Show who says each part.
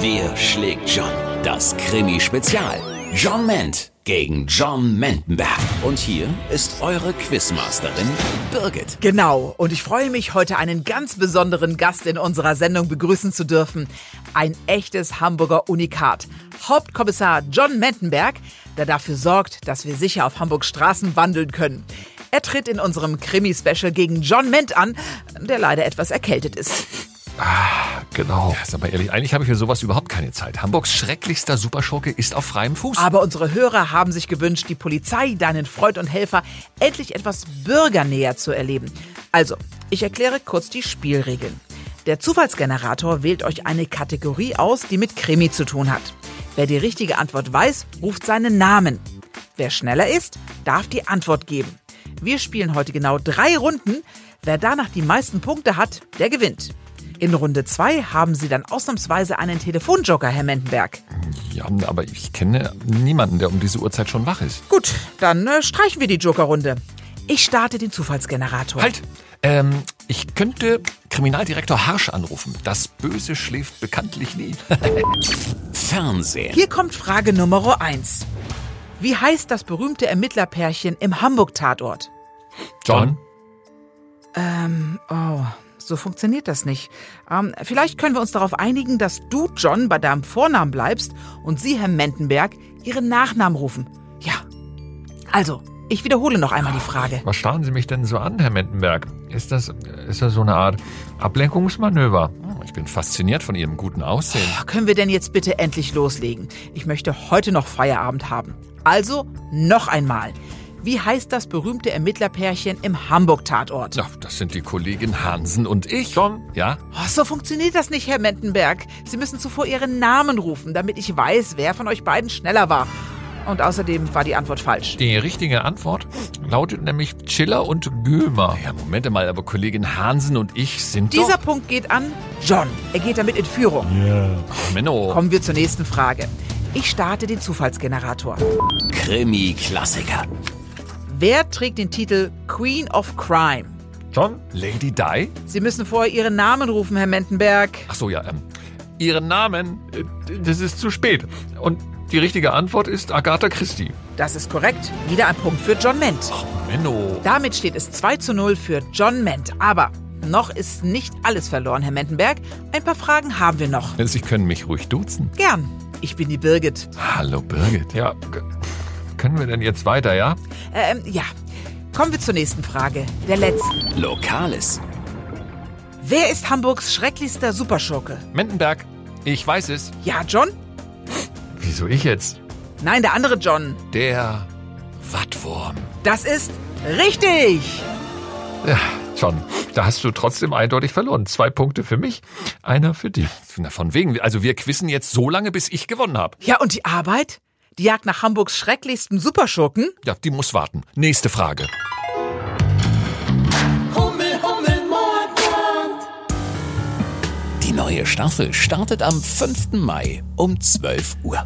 Speaker 1: Wer schlägt John? Das Krimi-Spezial. John Ment gegen John Mendenberg. Und hier ist eure Quizmasterin Birgit.
Speaker 2: Genau, und ich freue mich, heute einen ganz besonderen Gast in unserer Sendung begrüßen zu dürfen. Ein echtes Hamburger Unikat. Hauptkommissar John Mendenberg, der dafür sorgt, dass wir sicher auf Hamburgs Straßen wandeln können. Er tritt in unserem Krimi-Special gegen John Ment an, der leider etwas erkältet ist.
Speaker 3: Genau. Ja, sag mal ehrlich, eigentlich habe ich für sowas überhaupt keine Zeit. Hamburgs schrecklichster Superschurke ist auf freiem Fuß.
Speaker 2: Aber unsere Hörer haben sich gewünscht, die Polizei, deinen Freund und Helfer, endlich etwas bürgernäher zu erleben. Also, ich erkläre kurz die Spielregeln. Der Zufallsgenerator wählt euch eine Kategorie aus, die mit Krimi zu tun hat. Wer die richtige Antwort weiß, ruft seinen Namen. Wer schneller ist, darf die Antwort geben. Wir spielen heute genau drei Runden. Wer danach die meisten Punkte hat, der gewinnt. In Runde 2 haben Sie dann ausnahmsweise einen Telefonjoker, Herr Mendenberg.
Speaker 3: Ja, aber ich kenne niemanden, der um diese Uhrzeit schon wach ist.
Speaker 2: Gut, dann äh, streichen wir die Joker-Runde. Ich starte den Zufallsgenerator.
Speaker 3: Halt! Ähm, ich könnte Kriminaldirektor Harsch anrufen. Das Böse schläft bekanntlich nie.
Speaker 1: Fernsehen.
Speaker 2: Hier kommt Frage Nummer 1. Wie heißt das berühmte Ermittlerpärchen im Hamburg-Tatort?
Speaker 3: John?
Speaker 2: Ähm, oh, so funktioniert das nicht. Ähm, vielleicht können wir uns darauf einigen, dass du, John, bei deinem Vornamen bleibst und sie, Herr Mendenberg, ihren Nachnamen rufen. Ja. Also, ich wiederhole noch einmal die Frage.
Speaker 3: Was starren Sie mich denn so an, Herr Mendenberg? Ist das, ist das so eine Art Ablenkungsmanöver? Hm, Ich bin fasziniert von Ihrem guten Aussehen.
Speaker 2: Können wir denn jetzt bitte endlich loslegen? Ich möchte heute noch Feierabend haben. Also, noch einmal. Wie heißt das berühmte Ermittlerpärchen im Hamburg-Tatort?
Speaker 3: Ja, das sind die Kollegin Hansen und ich. John? Ja?
Speaker 2: Oh, so funktioniert das nicht, Herr Mendenberg. Sie müssen zuvor Ihren Namen rufen, damit ich weiß, wer von euch beiden schneller war. Und außerdem war die Antwort falsch.
Speaker 3: Die richtige Antwort lautet nämlich Chiller und Gömer. Ja, Moment mal, aber Kollegin Hansen und ich sind
Speaker 2: Dieser Punkt geht an John. Er geht damit in Führung.
Speaker 3: doch... Menno.
Speaker 2: Kommen wir zur nächsten Frage. Ich starte den Zufallsgenerator.
Speaker 1: Krimi-Klassiker.
Speaker 2: Wer trägt den Titel Queen of Crime?
Speaker 3: John? Lady Di?
Speaker 2: Sie müssen vorher Ihren Namen rufen, Herr Mendenberg.
Speaker 3: Ach so, ja. Ähm, ihren Namen, äh, das ist zu spät. Und die richtige Antwort ist Agatha Christie.
Speaker 2: Das ist korrekt. Wieder ein Punkt für John Ment.
Speaker 3: Menno.
Speaker 2: Damit steht es 2 zu 0 für John Ment. Aber noch ist nicht alles verloren, Herr Mendenberg. Ein paar Fragen haben wir noch.
Speaker 3: Äh, Sie können mich ruhig duzen.
Speaker 2: Gern. Ich bin die Birgit.
Speaker 3: Hallo Birgit. Ja, g- können wir denn jetzt weiter, ja?
Speaker 2: Ähm, ja. Kommen wir zur nächsten Frage. Der letzten.
Speaker 1: Lokales.
Speaker 2: Wer ist Hamburgs schrecklichster Superschurke?
Speaker 3: Mendenberg, ich weiß es.
Speaker 2: Ja, John?
Speaker 3: Wieso ich jetzt?
Speaker 2: Nein, der andere John.
Speaker 3: Der Wattwurm.
Speaker 2: Das ist richtig.
Speaker 3: Ja, John, da hast du trotzdem eindeutig verloren. Zwei Punkte für mich, einer für dich. Na, von wegen. Also wir quissen jetzt so lange, bis ich gewonnen habe.
Speaker 2: Ja, und die Arbeit? Die Jagd nach Hamburgs schrecklichsten Superschurken?
Speaker 3: Ja, die muss warten. Nächste Frage.
Speaker 4: Hummel, Hummel, Mordbrand.
Speaker 1: Die neue Staffel startet am 5. Mai um 12 Uhr.